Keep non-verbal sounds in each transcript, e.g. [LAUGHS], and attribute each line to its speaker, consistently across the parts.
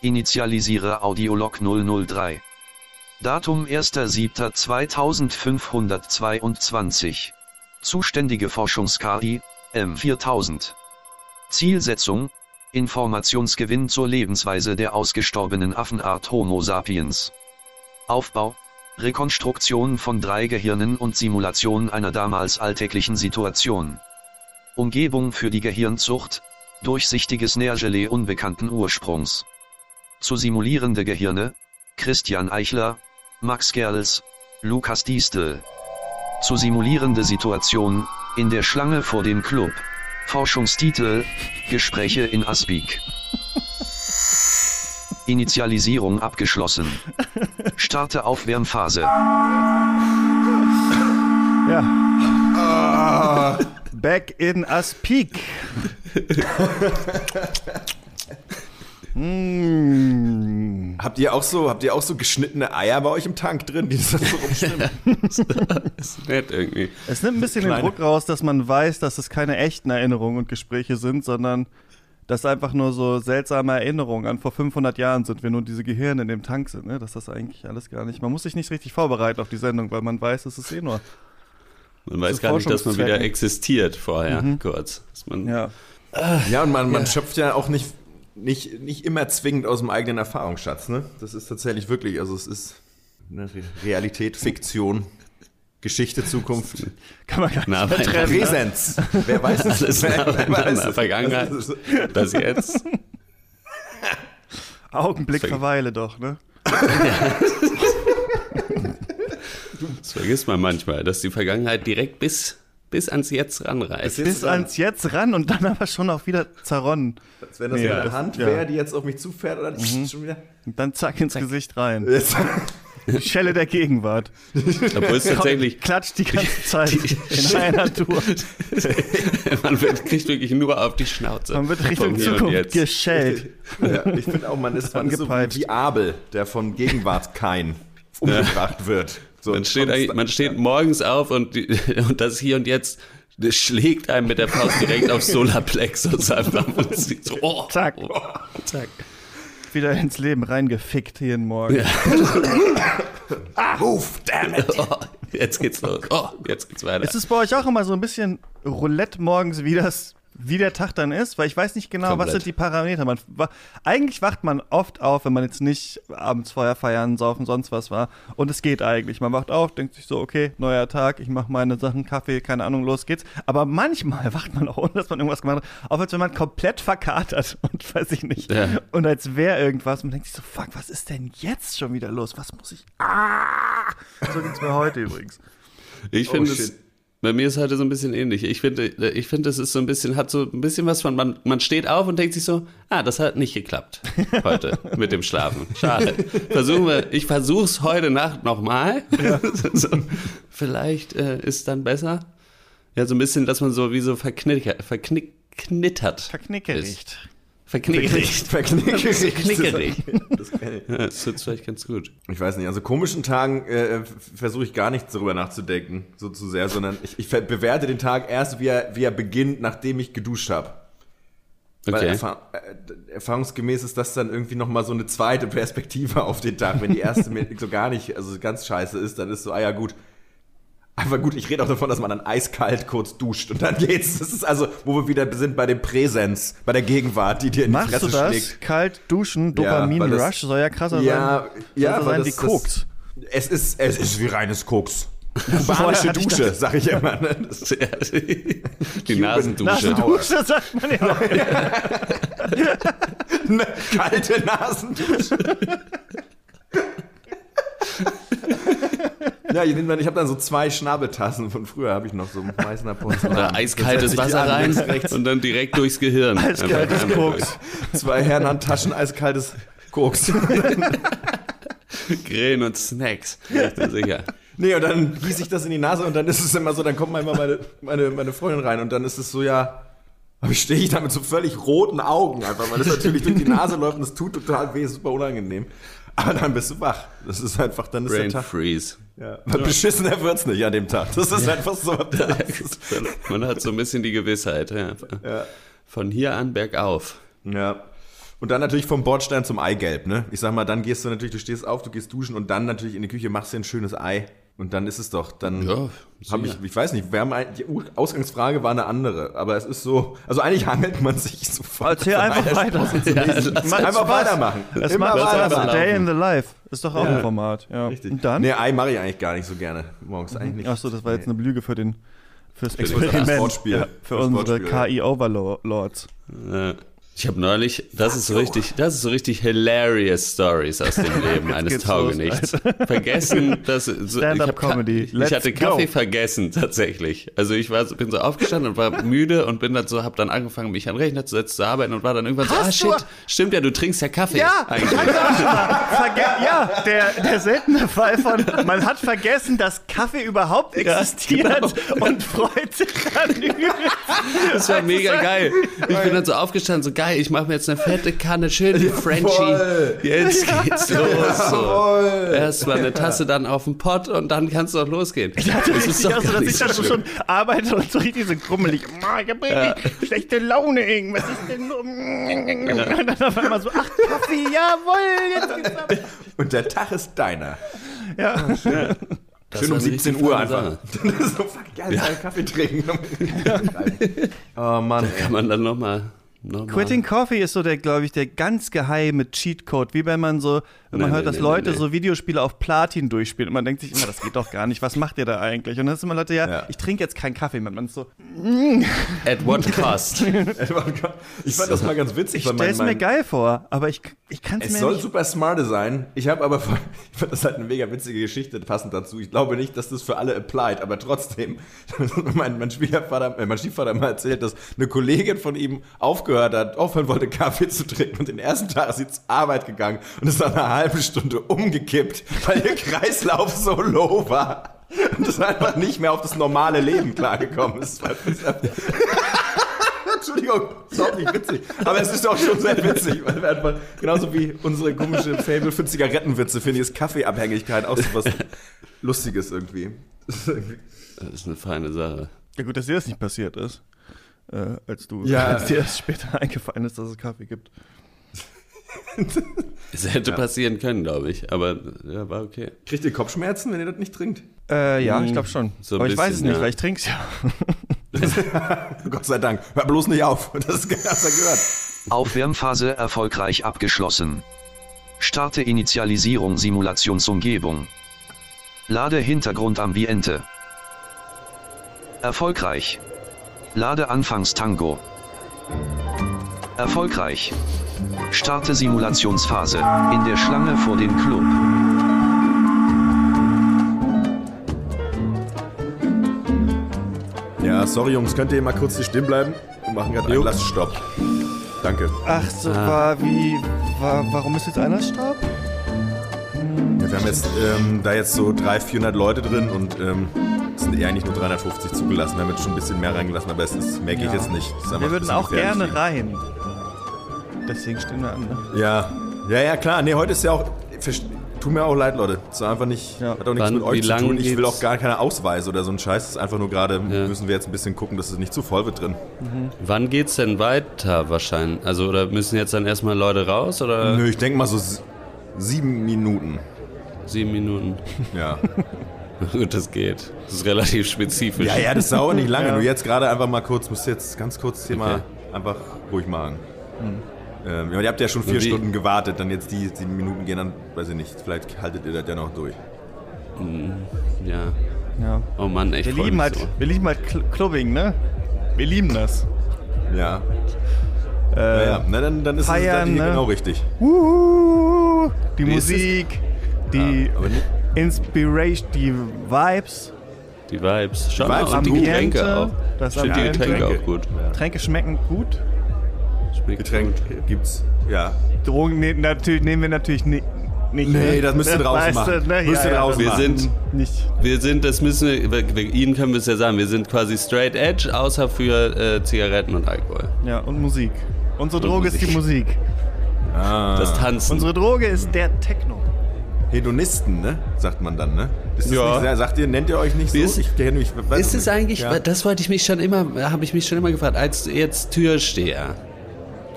Speaker 1: Initialisiere Audiolog 003. Datum 1.7.2522. Zuständige Forschungs-KI, M4000. Zielsetzung, Informationsgewinn zur Lebensweise der ausgestorbenen Affenart Homo sapiens. Aufbau, Rekonstruktion von drei Gehirnen und Simulation einer damals alltäglichen Situation. Umgebung für die Gehirnzucht, durchsichtiges Nährgelee unbekannten Ursprungs. Zu simulierende Gehirne, Christian Eichler, Max Gerls, Lukas Diestel. Zu simulierende Situation, in der Schlange vor dem Club. Forschungstitel, Gespräche in Aspik. Initialisierung abgeschlossen. Starte Aufwärmphase.
Speaker 2: Ja. Back in us peak. mm.
Speaker 3: Habt ihr auch so, habt ihr auch so geschnittene Eier bei euch im Tank drin, die das so [LAUGHS] rumschwimmen?
Speaker 4: ist nett irgendwie.
Speaker 2: Es nimmt ein bisschen
Speaker 3: Kleine.
Speaker 2: den Druck raus, dass man weiß, dass es keine echten Erinnerungen und Gespräche sind, sondern dass einfach nur so seltsame Erinnerungen an vor 500 Jahren sind, wenn nur diese Gehirne in dem Tank sind, ne? dass das eigentlich alles gar nicht. Man muss sich nicht richtig vorbereiten auf die Sendung, weil man weiß, es ist eh nur.
Speaker 4: Man weiß
Speaker 2: Zu
Speaker 4: gar nicht, dass man wieder
Speaker 2: Forschungszwecken. Mhm.
Speaker 4: existiert vorher, kurz. Dass man,
Speaker 2: Ja.
Speaker 3: ja, und man, man schöpft ja auch nicht, nicht, nicht immer zwingend aus dem eigenen Erfahrungsschatz, ne? Das ist tatsächlich wirklich, also es ist eine Re- Realität, Fiktion, Geschichte, Zukunft.
Speaker 2: Kann man gar nicht.
Speaker 4: Na, weil-
Speaker 3: Präsenz. Wer weiß es?
Speaker 4: [LAUGHS] ne? Alles
Speaker 3: wer,
Speaker 4: nah
Speaker 3: wer
Speaker 4: beieinander.
Speaker 3: es? Also,
Speaker 4: Vergangenheit.
Speaker 3: Das ist-
Speaker 4: das jetzt.
Speaker 2: Augenblick
Speaker 4: Sorry.
Speaker 2: verweile doch, ne?
Speaker 4: Das vergisst man manchmal, dass die Vergangenheit direkt bis, bis ans Jetzt ranreicht.
Speaker 3: Bis
Speaker 2: Bis
Speaker 3: ran.
Speaker 2: ans Jetzt ran und dann aber schon auch wieder zerronnen.
Speaker 3: Als wenn das
Speaker 2: Ja,
Speaker 3: eine
Speaker 2: das-
Speaker 3: Hand
Speaker 2: ja.
Speaker 3: wäre, die jetzt auf mich zufährt
Speaker 4: Mhm.
Speaker 3: und dann schon wieder.
Speaker 2: Und dann zack ins Gesicht rein.
Speaker 3: Jetzt,
Speaker 2: Die Schelle der Gegenwart. [LAUGHS]
Speaker 4: Obwohl es tatsächlich, [LAUGHS]
Speaker 2: Klatscht die ganze Zeit in einer Tour.
Speaker 4: man wird, kriegt wirklich nur auf die Schnauze.
Speaker 2: Man wird Richtung
Speaker 4: Vom Hier und
Speaker 2: Zukunft
Speaker 4: Jetzt.
Speaker 2: geschellt.
Speaker 3: ja, ich finde auch, man ist, man ist so
Speaker 2: Angepeitscht.
Speaker 3: wie Abel, der von Gegenwart kein umgebracht wird. So,
Speaker 4: Man steht, eigentlich- man
Speaker 3: konstant.
Speaker 4: steht morgens auf und, die, [LAUGHS] und das Hier und Jetzt das schlägt einem mit der Faust direkt aufs Solarplexus einfach. Und es sieht so, oh,
Speaker 2: Zack.
Speaker 4: Oh, zack.
Speaker 2: Wieder ins Leben reingefickt hier in Morgen.
Speaker 4: Ja.
Speaker 3: Move, damn it!
Speaker 4: Oh, jetzt geht's los. Oh, jetzt geht's weiter.
Speaker 2: Ist es bei euch auch immer so ein bisschen Roulette morgens, wie das, wie der Tag dann ist? Weil ich weiß nicht genau, was
Speaker 4: Komplett.
Speaker 2: sind die Parameter. Man, wa- eigentlich wacht man oft auf, wenn man jetzt nicht abends Feuer feiern, saufen, sonst was war. Und es geht eigentlich. Man wacht auf, denkt sich so, okay, neuer Tag, ich mache meine Sachen, Kaffee, keine Ahnung, los geht's. Aber manchmal [LAUGHS] wacht man auch, ohne dass man irgendwas gemacht hat, auf, als wenn man komplett verkatert [LAUGHS] und weiß ich nicht.
Speaker 4: Ja.
Speaker 2: Und als wäre irgendwas. Man denkt sich so, fuck, was ist denn jetzt schon wieder los? Was muss ich. Ah! So ging's mir heute übrigens.
Speaker 4: Ich
Speaker 3: Oh,
Speaker 4: finde
Speaker 3: shit.
Speaker 4: es. Bei mir ist heute so ein bisschen ähnlich. Ich finde, ich finde, es ist so ein bisschen, hat so ein bisschen was von, man, man steht auf und denkt sich so, ah, das hat nicht geklappt
Speaker 3: [LAUGHS]
Speaker 4: heute mit dem Schlafen. Schade. Versuchen wir, ich versuch's heute Nacht nochmal. [LAUGHS] so, vielleicht äh, ist dann besser. Ja, so ein bisschen, dass man so wie so verknicker, verknittert. ist.
Speaker 2: Verknickerlicht.
Speaker 4: Verknickericht.
Speaker 3: Verknickerig.
Speaker 4: Verknickerig.
Speaker 3: Das kann ich.
Speaker 4: Ja, das tut vielleicht ganz gut. [LAUGHS]
Speaker 3: Ich weiß nicht, also komischen Tagen äh, f- versuche ich gar nicht darüber nachzudenken, so zu sehr, sondern ich, ich ver- bewerte den Tag erst, wie er, wie er beginnt, nachdem ich geduscht habe. Weil
Speaker 4: Okay.
Speaker 3: erfahr äh, erfahrungsgemäß ist das dann irgendwie nochmal so eine zweite Perspektive auf den Tag. Wenn die erste mir so gar nicht, also ganz scheiße ist, dann ist so, ah ja gut. Aber gut, ich rede auch davon, dass man dann eiskalt kurz duscht und dann geht's. Das ist also, wo wir wieder sind bei dem Präsenz, bei der Gegenwart, die dir in die
Speaker 2: Machst
Speaker 3: Fresse
Speaker 2: du das?
Speaker 3: schlägt.
Speaker 2: Kalt duschen,
Speaker 3: Ja, weil das-
Speaker 2: Dopamin-Rush soll ja krasser
Speaker 3: Ja,
Speaker 2: sein.
Speaker 3: ja,
Speaker 2: soll
Speaker 3: aber
Speaker 2: sein
Speaker 3: das-
Speaker 2: wie Koks.
Speaker 3: Es ist, es ist wie reines [LAUGHS] Koks. Kubanische
Speaker 2: hatte ich
Speaker 3: Dusche, sag ich immer. Ne? Das
Speaker 4: Die Nasendusche.
Speaker 2: Nasendusche sagt man ja. auch.
Speaker 3: ist eine kalte Nasendusche. [LAUGHS] ja, ich, nehm dann- ich habe dann so zwei Schnabeltassen von früher, habe ich noch so Meißner Porzellan.
Speaker 4: Oder
Speaker 3: Das heißt,
Speaker 4: eiskaltes
Speaker 3: ich
Speaker 4: Wasser
Speaker 3: die an, ne?
Speaker 4: rein
Speaker 3: links, rechts.
Speaker 4: und dann direkt durchs Gehirn.
Speaker 2: Eiskaltes
Speaker 4: Einfach
Speaker 2: Koks.
Speaker 3: Zwei Herren an Taschen eiskaltes [LAUGHS] Koks.
Speaker 4: durch. Grillen und Snacks. Ich
Speaker 2: [LAUGHS]
Speaker 4: bin sicher.
Speaker 3: Nee, und dann gieße ich das in die Nase und dann ist es immer so, dann kommt mal immer meine, meine, meine Freundin rein und dann ist es so, ja, aber stehe ich da mit so völlig roten Augen einfach, weil das natürlich durch die Nase läuft und es tut total weh, ist super unangenehm. Aber dann bist du wach. Das ist einfach, dann ist
Speaker 4: Brain
Speaker 3: der Tag.
Speaker 4: Freeze.
Speaker 3: Ja. Beschissener wird's nicht an dem Tag. Das ist einfach so. Das ist,
Speaker 4: Man hat so ein bisschen die Gewissheit. Ja. Von hier an bergauf.
Speaker 3: ja. Und dann natürlich vom Bordstein zum Eigelb, ne? Ich sag mal, dann gehst du natürlich, du stehst auf, du gehst duschen und dann natürlich in die Küche machst dir ein schönes Ei. Und dann ist es doch, dann
Speaker 4: Ja,
Speaker 3: habe ich, ich weiß nicht, wir haben ein, die Ur- Ausgangsfrage war eine andere, aber es ist so, also eigentlich hangelt man sich [LAUGHS] sofort.
Speaker 2: Erzähl einfach
Speaker 3: [LAUGHS]
Speaker 2: weiter.
Speaker 4: Ja,
Speaker 2: Macht
Speaker 3: Einfach
Speaker 2: Spaß.
Speaker 3: weitermachen.
Speaker 2: Es
Speaker 3: Immer
Speaker 2: macht Spaß.
Speaker 3: weitermachen.
Speaker 2: Day in the Life. Ist doch auch
Speaker 3: Ja.
Speaker 2: ein Format. Ja.
Speaker 3: Richtig.
Speaker 2: Und dann?
Speaker 3: Nee, Ei mache ich eigentlich gar nicht so gerne. Morgens eigentlich nicht.
Speaker 2: Achso, das war jetzt eine Lüge für den fürs
Speaker 4: das
Speaker 2: Experiment.
Speaker 3: Wortspiel.
Speaker 2: Ja, für
Speaker 3: Fürs
Speaker 2: unsere
Speaker 3: Wortspiel,
Speaker 2: KI-Overlords.
Speaker 4: Äh, Ich habe neulich, das ist so richtig, das ist so richtig hilarious Stories aus dem
Speaker 2: [LAUGHS]
Speaker 4: Leben eines
Speaker 2: geht's los,
Speaker 4: Taugenichts. Vergessen, dass so, ich
Speaker 2: Stand-up
Speaker 4: hab Ka-
Speaker 2: Comedy.
Speaker 4: Ich, ich
Speaker 2: Let's
Speaker 4: hatte
Speaker 2: go.
Speaker 4: Kaffee vergessen tatsächlich. Also ich war, so- bin so aufgestanden und
Speaker 2: [LAUGHS]
Speaker 4: war müde und bin dann so, habe dann angefangen, mich an den Rechner zu setzen, zu arbeiten und war dann irgendwann
Speaker 2: Hast
Speaker 4: so, ah
Speaker 2: du-
Speaker 4: shit, stimmt ja, du trinkst ja Kaffee.
Speaker 2: Ja,
Speaker 4: eigentlich. [LAUGHS]
Speaker 2: Verge ja, der, der seltene Fall von, man hat vergessen, dass Kaffee überhaupt existiert und freut sich Also, darüber.
Speaker 4: genau. Das
Speaker 3: [LAUGHS]
Speaker 4: war mega geil. Ich bin dann so aufgestanden, so geil, ich mache mir jetzt eine fette Kanne, schön die Frenchie. Jetzt geht's los. So. Erstmal eine Tasse dann auf den Pott und dann kann's doch losgehen. Ich
Speaker 2: Das ist richtig, also, dass ich da schon arbeite und so richtig so grummelig. "Ma, Ich hab richtig schlechte Laune, Ing. Was ist denn so? Und dann auf einmal so, ach, Kaffee, jawohl, jetzt geht's ab.
Speaker 3: [LAUGHS] Und der Tag ist deiner.
Speaker 2: Ja.
Speaker 4: Das
Speaker 3: Schön
Speaker 4: war
Speaker 3: um 17
Speaker 4: eine richtig
Speaker 3: Uhr
Speaker 4: feine
Speaker 3: einfach. [LAUGHS] Das ist so fuck, geil, ja. Kaffee trinken.
Speaker 4: [LAUGHS]
Speaker 3: [LAUGHS] oh Mann, ey.
Speaker 4: Kann man dann nochmal. Noch mal-
Speaker 2: Quitting Coffee ist so der, glaube ich, der ganz geheime Cheatcode. Wie wenn man so, wenn man
Speaker 4: Nee,
Speaker 2: hört,
Speaker 4: nee,
Speaker 2: dass
Speaker 4: nee,
Speaker 2: Leute
Speaker 4: nee, nee.
Speaker 2: so Videospiele auf Platin durchspielen und man denkt sich immer, das geht doch gar nicht, was macht ihr da eigentlich? Und dann sind immer Leute, ja,
Speaker 3: Ja.
Speaker 2: ich trinke jetzt keinen Kaffee mehr. Man ist so,
Speaker 4: At what
Speaker 3: [LAUGHS]
Speaker 4: cost?
Speaker 3: Ich fand das mal ganz witzig.
Speaker 2: ich
Speaker 3: weil mein-
Speaker 2: stell's mir
Speaker 3: mein-
Speaker 2: geil vor, aber ich, ich kann es
Speaker 3: Es
Speaker 2: mir
Speaker 3: soll
Speaker 2: nicht.
Speaker 3: super smarte sein. Ich habe aber, von- [LAUGHS] ich fand das halt eine mega witzige Geschichte passend dazu. Ich glaube nicht, dass das für alle applied, aber trotzdem. [LAUGHS] mein, mein Schwiegervater, äh, mein Stiefvater hat mal erzählt, dass eine Kollegin von ihm aufgehört hat, aufhören wollte, Kaffee zu trinken und den ersten Tag ist sie zur Arbeit gegangen und ist nach einer halben Stunde umgekippt, weil ihr Kreislauf so low war. Und ist einfach nicht mehr auf das normale Leben klargekommen ist. Weil Entschuldigung, ist auch nicht witzig. Aber es ist auch schon sehr witzig, weil wir einfach, genauso wie unsere komische Fable für Zigarettenwitze, finde ich, ist Kaffeeabhängigkeit auch so was Lustiges irgendwie.
Speaker 4: Das ist eine feine Sache.
Speaker 2: Ja gut, dass dir das nicht passiert ist. Äh, als du,
Speaker 3: Ja.
Speaker 2: als dir das später [LAUGHS] eingefallen ist, dass es Kaffee gibt.
Speaker 4: Es hätte passieren können, glaube ich. Aber ja, war okay.
Speaker 3: Kriegt ihr Kopfschmerzen, wenn ihr das nicht trinkt?
Speaker 2: Äh, ja,
Speaker 4: Hm,
Speaker 2: ich glaube schon.
Speaker 4: so ein
Speaker 2: aber ich weiß es
Speaker 4: bisschen,
Speaker 2: nicht,
Speaker 4: ja.
Speaker 2: weil ich trink's ja.
Speaker 3: Gott sei Dank. Hör bloß nicht auf. [LAUGHS] Das hast du gehört.
Speaker 1: Aufwärmphase erfolgreich abgeschlossen. Starte Initialisierung Simulationsumgebung. Lade Hintergrundambiente. Erfolgreich. Lade Anfangstango. Erfolgreich. Starte Simulationsphase in der Schlange vor dem Club.
Speaker 3: Ja, sorry Jungs, könnt ihr mal kurz hier stehen bleiben? Wir machen gerade einen Laststopp. Danke.
Speaker 2: Ach so, war wie, war, warum ist jetzt einer Stab?
Speaker 3: Ja, wir haben jetzt ähm, da jetzt so 300, 400 Leute drin und ähm, es sind eher eigentlich nur 350 zugelassen. Wir haben jetzt schon ein bisschen mehr reingelassen, aber es ist, mehr geht
Speaker 2: Ja.
Speaker 3: jetzt nicht. Es ist einfach
Speaker 2: Wir
Speaker 3: ein
Speaker 2: würden
Speaker 3: bisschen
Speaker 2: auch
Speaker 3: gefährlich
Speaker 2: gerne
Speaker 3: hier.
Speaker 2: rein. Deswegen stehen wir an. Ne?
Speaker 3: Ja, ja, ja, klar. Nee, heute ist ja auch. Verst- Tut mir auch leid, Leute. Es ist einfach nicht.
Speaker 2: Ja.
Speaker 3: Hat auch nichts
Speaker 4: Wann-
Speaker 3: mit
Speaker 4: wie
Speaker 3: euch zu
Speaker 4: lang
Speaker 3: tun. Ich will
Speaker 4: geht's?
Speaker 3: auch gar keine Ausweise oder so ein Scheiß. Es ist einfach nur gerade, müssen wir jetzt ein bisschen gucken, dass es nicht zu voll wird drin.
Speaker 4: Wann geht's denn weiter wahrscheinlich? Also, oder müssen jetzt dann erstmal Leute raus oder
Speaker 3: Nö, ich denke mal so s- sieben Minuten.
Speaker 4: sieben Minuten? [LAUGHS]
Speaker 3: Ja.
Speaker 4: Gut, das geht. Das ist relativ spezifisch.
Speaker 3: ja, ja, das dauert nicht lange. Nur jetzt gerade einfach mal kurz, musst jetzt ganz kurz hier mal einfach ruhig machen. Ähm, ja, ihr habt ja schon vier
Speaker 4: Hm. Wie-
Speaker 3: Stunden gewartet, dann jetzt die sieben Minuten gehen, dann weiß ich nicht. Vielleicht haltet ihr das ja noch durch.
Speaker 4: Ja.
Speaker 2: Ja.
Speaker 4: Oh Mann, echt.
Speaker 2: Wir lieben, halt,
Speaker 4: So.
Speaker 2: wir lieben halt Cl Clubbing, ne? Wir lieben das.
Speaker 3: Ja.
Speaker 4: Äh,
Speaker 3: ja, ja. Na, dann, dann ist es
Speaker 2: feiern,
Speaker 3: dann hier
Speaker 2: ne?
Speaker 3: genau richtig.
Speaker 2: Wuhu, die
Speaker 3: Wie ist es?
Speaker 2: Musik, die
Speaker 3: Aber nicht,
Speaker 2: Inspiration, die Vibes.
Speaker 4: Die Vibes. Schon
Speaker 3: Vibes
Speaker 4: auch. Und die
Speaker 3: gut.
Speaker 4: Getränke
Speaker 2: Ambiente,
Speaker 4: auch.
Speaker 2: das
Speaker 4: Stimmt, die
Speaker 2: Ambiente.
Speaker 4: Getränke auch
Speaker 3: Getränke.
Speaker 4: gut.
Speaker 2: Tränke schmecken gut.
Speaker 4: Schmeckt gut.
Speaker 3: Getränk gibt's. Ja.
Speaker 2: Drogen ne natürlich, nehmen wir natürlich ni nicht.
Speaker 3: Nee,
Speaker 2: ne?
Speaker 3: das müsst ihr
Speaker 2: Das
Speaker 3: draußen
Speaker 2: weißt
Speaker 3: machen.
Speaker 2: du, ne?
Speaker 3: Müsst
Speaker 2: Ja,
Speaker 3: ihr
Speaker 2: ja,
Speaker 3: draußen
Speaker 2: das-
Speaker 4: Wir
Speaker 3: machen.
Speaker 4: sind,
Speaker 2: Nicht.
Speaker 4: wir sind, das müssen wir, wir, wir, Ihnen können wir es ja sagen, wir sind quasi straight edge, außer für äh, Zigaretten und Alkohol.
Speaker 2: Ja, und Musik. Unsere Droge ist die Musik.
Speaker 3: Ah.
Speaker 4: Das Tanzen.
Speaker 2: Unsere Droge ist der Techno.
Speaker 3: Hedonisten, ne? Sagt man dann, ne? Ist das
Speaker 4: Ja.
Speaker 3: nicht, sehr- sagt ihr, nennt ihr euch nicht so?
Speaker 4: Wie ist-
Speaker 3: ich kenne mich. Weiß
Speaker 4: Ist
Speaker 3: ich
Speaker 4: es
Speaker 3: nicht.
Speaker 4: eigentlich,
Speaker 3: Ja.
Speaker 4: das wollte ich mich schon immer, habe ich mich schon immer gefragt, als jetzt Türsteher,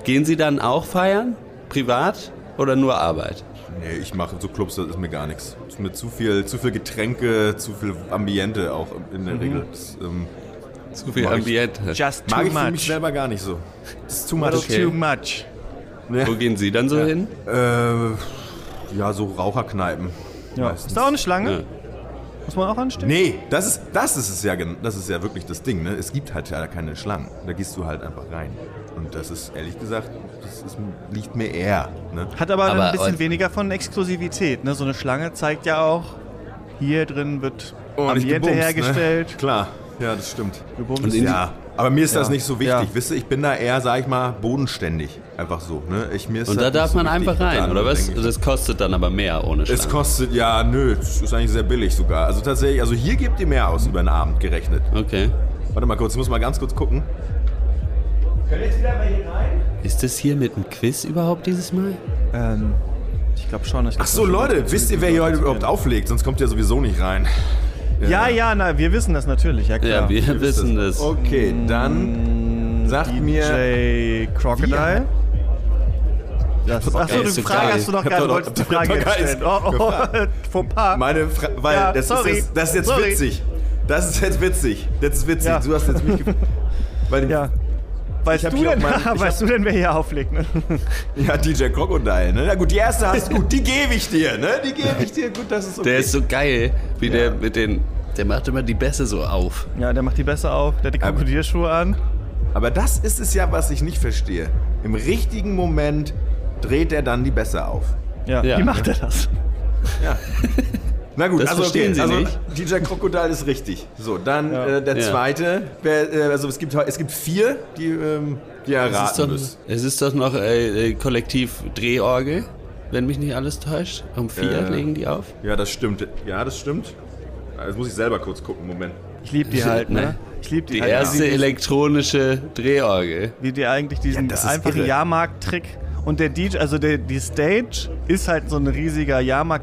Speaker 4: gehen Sie dann auch feiern? privat oder nur Arbeit?
Speaker 3: Nee, ich mache so Clubs, das ist mir gar nichts. Ist mir zu viel, zu viel Getränke, zu viel Ambiente auch in der Regel. Das, ähm,
Speaker 4: Zu viel
Speaker 3: Mach ich.
Speaker 4: Ambiente.
Speaker 2: Just
Speaker 3: mag
Speaker 2: too
Speaker 3: ich für mich
Speaker 2: much.
Speaker 3: selber gar nicht so. Das ist too much.
Speaker 2: Little
Speaker 4: Okay.
Speaker 2: too much.
Speaker 4: Wo gehen Sie dann so hin?
Speaker 3: Äh, ja, so Raucherkneipen.
Speaker 2: Ja.
Speaker 3: meistens.
Speaker 2: Ist da auch eine Schlange? Muss man auch anstehen?
Speaker 3: Nee, das ist, das ist es ja, gen- das ist ja wirklich das Ding, ne? Es gibt halt ja keine Schlangen. Da gehst du halt einfach rein. Und das ist, ehrlich gesagt, das ist, liegt mir eher, ne?
Speaker 2: Hat aber, dann
Speaker 4: Aber-
Speaker 2: ein bisschen
Speaker 4: aber-
Speaker 2: weniger von Exklusivität. Ne? So eine Schlange zeigt ja auch, hier drin wird
Speaker 3: Ordentlich
Speaker 2: Ambiente
Speaker 3: gebumst, ne?
Speaker 2: hergestellt.
Speaker 3: Klar, ja, das stimmt.
Speaker 2: Gebumst.
Speaker 4: Und in-
Speaker 3: Ja, aber mir ist das
Speaker 2: Ja.
Speaker 3: nicht so wichtig.
Speaker 2: Ja.
Speaker 3: Wisst ihr, ich bin da eher, sag ich mal, bodenständig. Einfach so, ne? Ich, mir ist
Speaker 4: Und da
Speaker 3: das nicht
Speaker 4: darf
Speaker 3: so
Speaker 4: man
Speaker 3: wichtig,
Speaker 4: einfach rein,
Speaker 3: dann,
Speaker 4: oder was? Also-
Speaker 3: denke ich.
Speaker 4: Das kostet dann aber mehr ohne
Speaker 3: Es
Speaker 4: Schlange.
Speaker 3: kostet, ja, nö, es ist eigentlich sehr billig sogar. Also tatsächlich, also hier gebt ihr mehr aus über den Abend gerechnet.
Speaker 4: Okay.
Speaker 3: Warte mal kurz, ich muss mal ganz kurz gucken.
Speaker 4: Ist das hier mit einem Quiz überhaupt dieses Mal?
Speaker 2: Ähm, ich glaube schon. Ich glaub,
Speaker 3: Ach so,
Speaker 2: das-
Speaker 3: Leute, wisst ihr, wer hier heute überhaupt auflegt? Sonst kommt ihr sowieso
Speaker 2: [LAUGHS]
Speaker 3: nicht rein.
Speaker 2: Ja, ja, na, wir wissen das natürlich. Ja,
Speaker 4: Ja,
Speaker 2: klar.
Speaker 4: wir wissen das.
Speaker 3: Okay, dann sagt
Speaker 2: Mm,
Speaker 3: mir.
Speaker 2: Jay Crocodile. Das ist, achso,
Speaker 4: Ey,
Speaker 2: die
Speaker 4: ist
Speaker 2: Frage
Speaker 4: egal.
Speaker 2: hast du noch
Speaker 3: Ich hab
Speaker 2: gar
Speaker 3: doch
Speaker 2: nicht.
Speaker 3: noch-
Speaker 2: wolltest die
Speaker 3: ich hab
Speaker 2: Frage
Speaker 3: doch
Speaker 2: jetzt
Speaker 3: gar nicht
Speaker 2: stellen. Oh, oh, [LAUGHS] Fauxpas.
Speaker 3: Meine Fra weil
Speaker 2: Ja,
Speaker 3: das,
Speaker 2: sorry.
Speaker 3: Ist jetzt, das ist jetzt
Speaker 2: Sorry.
Speaker 3: witzig. Das ist jetzt witzig. Das ist witzig.
Speaker 2: Ja.
Speaker 3: Du hast
Speaker 2: [LAUGHS]
Speaker 3: jetzt mich gefragt. Weil
Speaker 2: Ja. Weißt,
Speaker 3: hab
Speaker 2: du
Speaker 3: hier auch
Speaker 2: denn, [LAUGHS]
Speaker 3: mein- ich
Speaker 2: weißt du denn, wer hier auflegt? Ne?
Speaker 3: ja, DJ Crocodile, ne? Na gut, die erste hast du gut. Die gebe ich dir, ne? Die gebe ich dir. Gut, das ist okay.
Speaker 4: Der ist so geil, wie der mit den. Der macht immer die Bässe so auf.
Speaker 2: Ja, der macht die besser auf. Der hat die
Speaker 3: Aber-
Speaker 2: Krokodilschuhe an.
Speaker 3: Aber das ist es ja, was ich nicht verstehe. Im richtigen Moment dreht er dann die Bässe auf.
Speaker 2: Ja.
Speaker 4: Ja.
Speaker 2: Wie macht er das?
Speaker 3: Na gut,
Speaker 4: Das
Speaker 3: also,
Speaker 4: verstehen Sie
Speaker 3: also
Speaker 4: nicht.
Speaker 3: DJ Crocodile ist richtig. So, dann äh, der
Speaker 4: Ja.
Speaker 3: zweite. Wer, äh, also es gibt, es gibt vier, die, ähm, die
Speaker 4: Es ist
Speaker 3: erraten
Speaker 4: doch,
Speaker 3: müssen.
Speaker 4: es ist doch noch äh, äh, Kollektiv Drehorgel, wenn mich nicht alles täuscht. Um
Speaker 3: Äh.
Speaker 4: vier legen die auf.
Speaker 3: Ja, das stimmt. Ja, das stimmt. Jetzt muss ich selber kurz gucken, Moment.
Speaker 2: Ich liebe die halt, ne? Ich liebe die,
Speaker 4: Die
Speaker 2: halt.
Speaker 4: erste
Speaker 2: wie, die-
Speaker 4: elektronische Drehorgel.
Speaker 2: wie die eigentlich diesen
Speaker 3: Ja, das ist
Speaker 2: einfachen
Speaker 3: irre.
Speaker 2: Jahrmarkt-Trick. Und der DJ, also der, die Stage ist halt so ein riesiger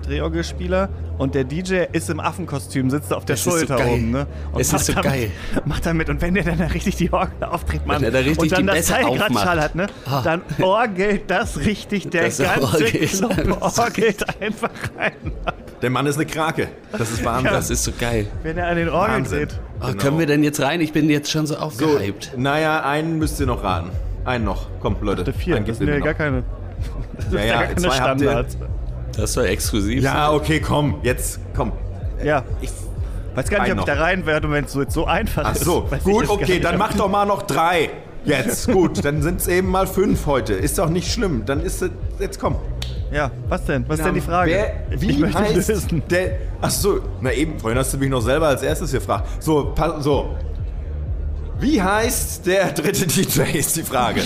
Speaker 2: Jahrmarkt-Drehorgelspieler und der DJ ist im Affenkostüm, sitzt auf der
Speaker 4: Es ist so
Speaker 2: Schulter
Speaker 4: geil.
Speaker 2: oben, ne? Und
Speaker 4: Es ist
Speaker 2: macht
Speaker 4: so
Speaker 2: damit,
Speaker 4: geil.
Speaker 2: Macht damit und wenn der dann da richtig die Orgel auftritt, Mann,
Speaker 4: er da richtig
Speaker 2: und dann
Speaker 4: die
Speaker 2: das
Speaker 4: Bässe
Speaker 2: Teil gerade
Speaker 4: aufmacht.
Speaker 2: Schall hat, ne?
Speaker 4: Ah.
Speaker 2: Dann orgelt das richtig, der
Speaker 4: Das
Speaker 2: ganze
Speaker 4: orgelt. [LAUGHS]
Speaker 2: Club orgelt einfach rein.
Speaker 3: Der Mann ist eine Krake. Das ist Wahnsinn.
Speaker 4: Das ist so geil.
Speaker 2: Wenn er an den Orgeln
Speaker 3: Wahnsinn.
Speaker 2: dreht.
Speaker 4: Oh,
Speaker 3: Genau.
Speaker 4: Können wir denn jetzt rein? Ich bin jetzt schon so
Speaker 3: so,
Speaker 4: aufgehypt.
Speaker 3: Naja, einen müsst ihr noch raten. Einen noch. Komm, Leute.
Speaker 2: Der vier,
Speaker 3: einen
Speaker 2: das sind
Speaker 3: gebt ihr
Speaker 2: ja
Speaker 3: mir
Speaker 2: gar
Speaker 3: noch.
Speaker 2: keine, das sind
Speaker 3: Ja, ja,
Speaker 2: gar keine
Speaker 3: zwei habt ihr.
Speaker 2: Standards.
Speaker 4: Das war exklusiv.
Speaker 3: Ja, okay, komm. Jetzt, komm.
Speaker 4: Äh,
Speaker 2: Ja.
Speaker 3: Ich,
Speaker 2: Weiß gar nicht, ob ich da
Speaker 3: Einer.
Speaker 2: rein werde, wenn es so, jetzt so einfach
Speaker 3: ach
Speaker 2: ist.
Speaker 3: so.
Speaker 2: Weiß ich
Speaker 3: Gut,
Speaker 2: jetzt gar
Speaker 3: okay,
Speaker 2: nicht,
Speaker 3: dann
Speaker 2: ob-
Speaker 3: mach doch mal noch drei.
Speaker 2: [LAUGHS]
Speaker 3: Jetzt, gut. Dann sind es eben mal fünf heute. Ist doch nicht schlimm. Dann ist es. Jetzt komm.
Speaker 2: Ja, was denn? Was ist denn die
Speaker 3: Ähm,
Speaker 2: Frage?
Speaker 3: Wer, wie
Speaker 2: ich möchte
Speaker 3: heißt
Speaker 2: wissen.
Speaker 3: der. Ach so, na eben, vorhin hast du mich noch selber als erstes gefragt. So, pass, so. Wie heißt der dritte [LAUGHS] DJ, ist die Frage.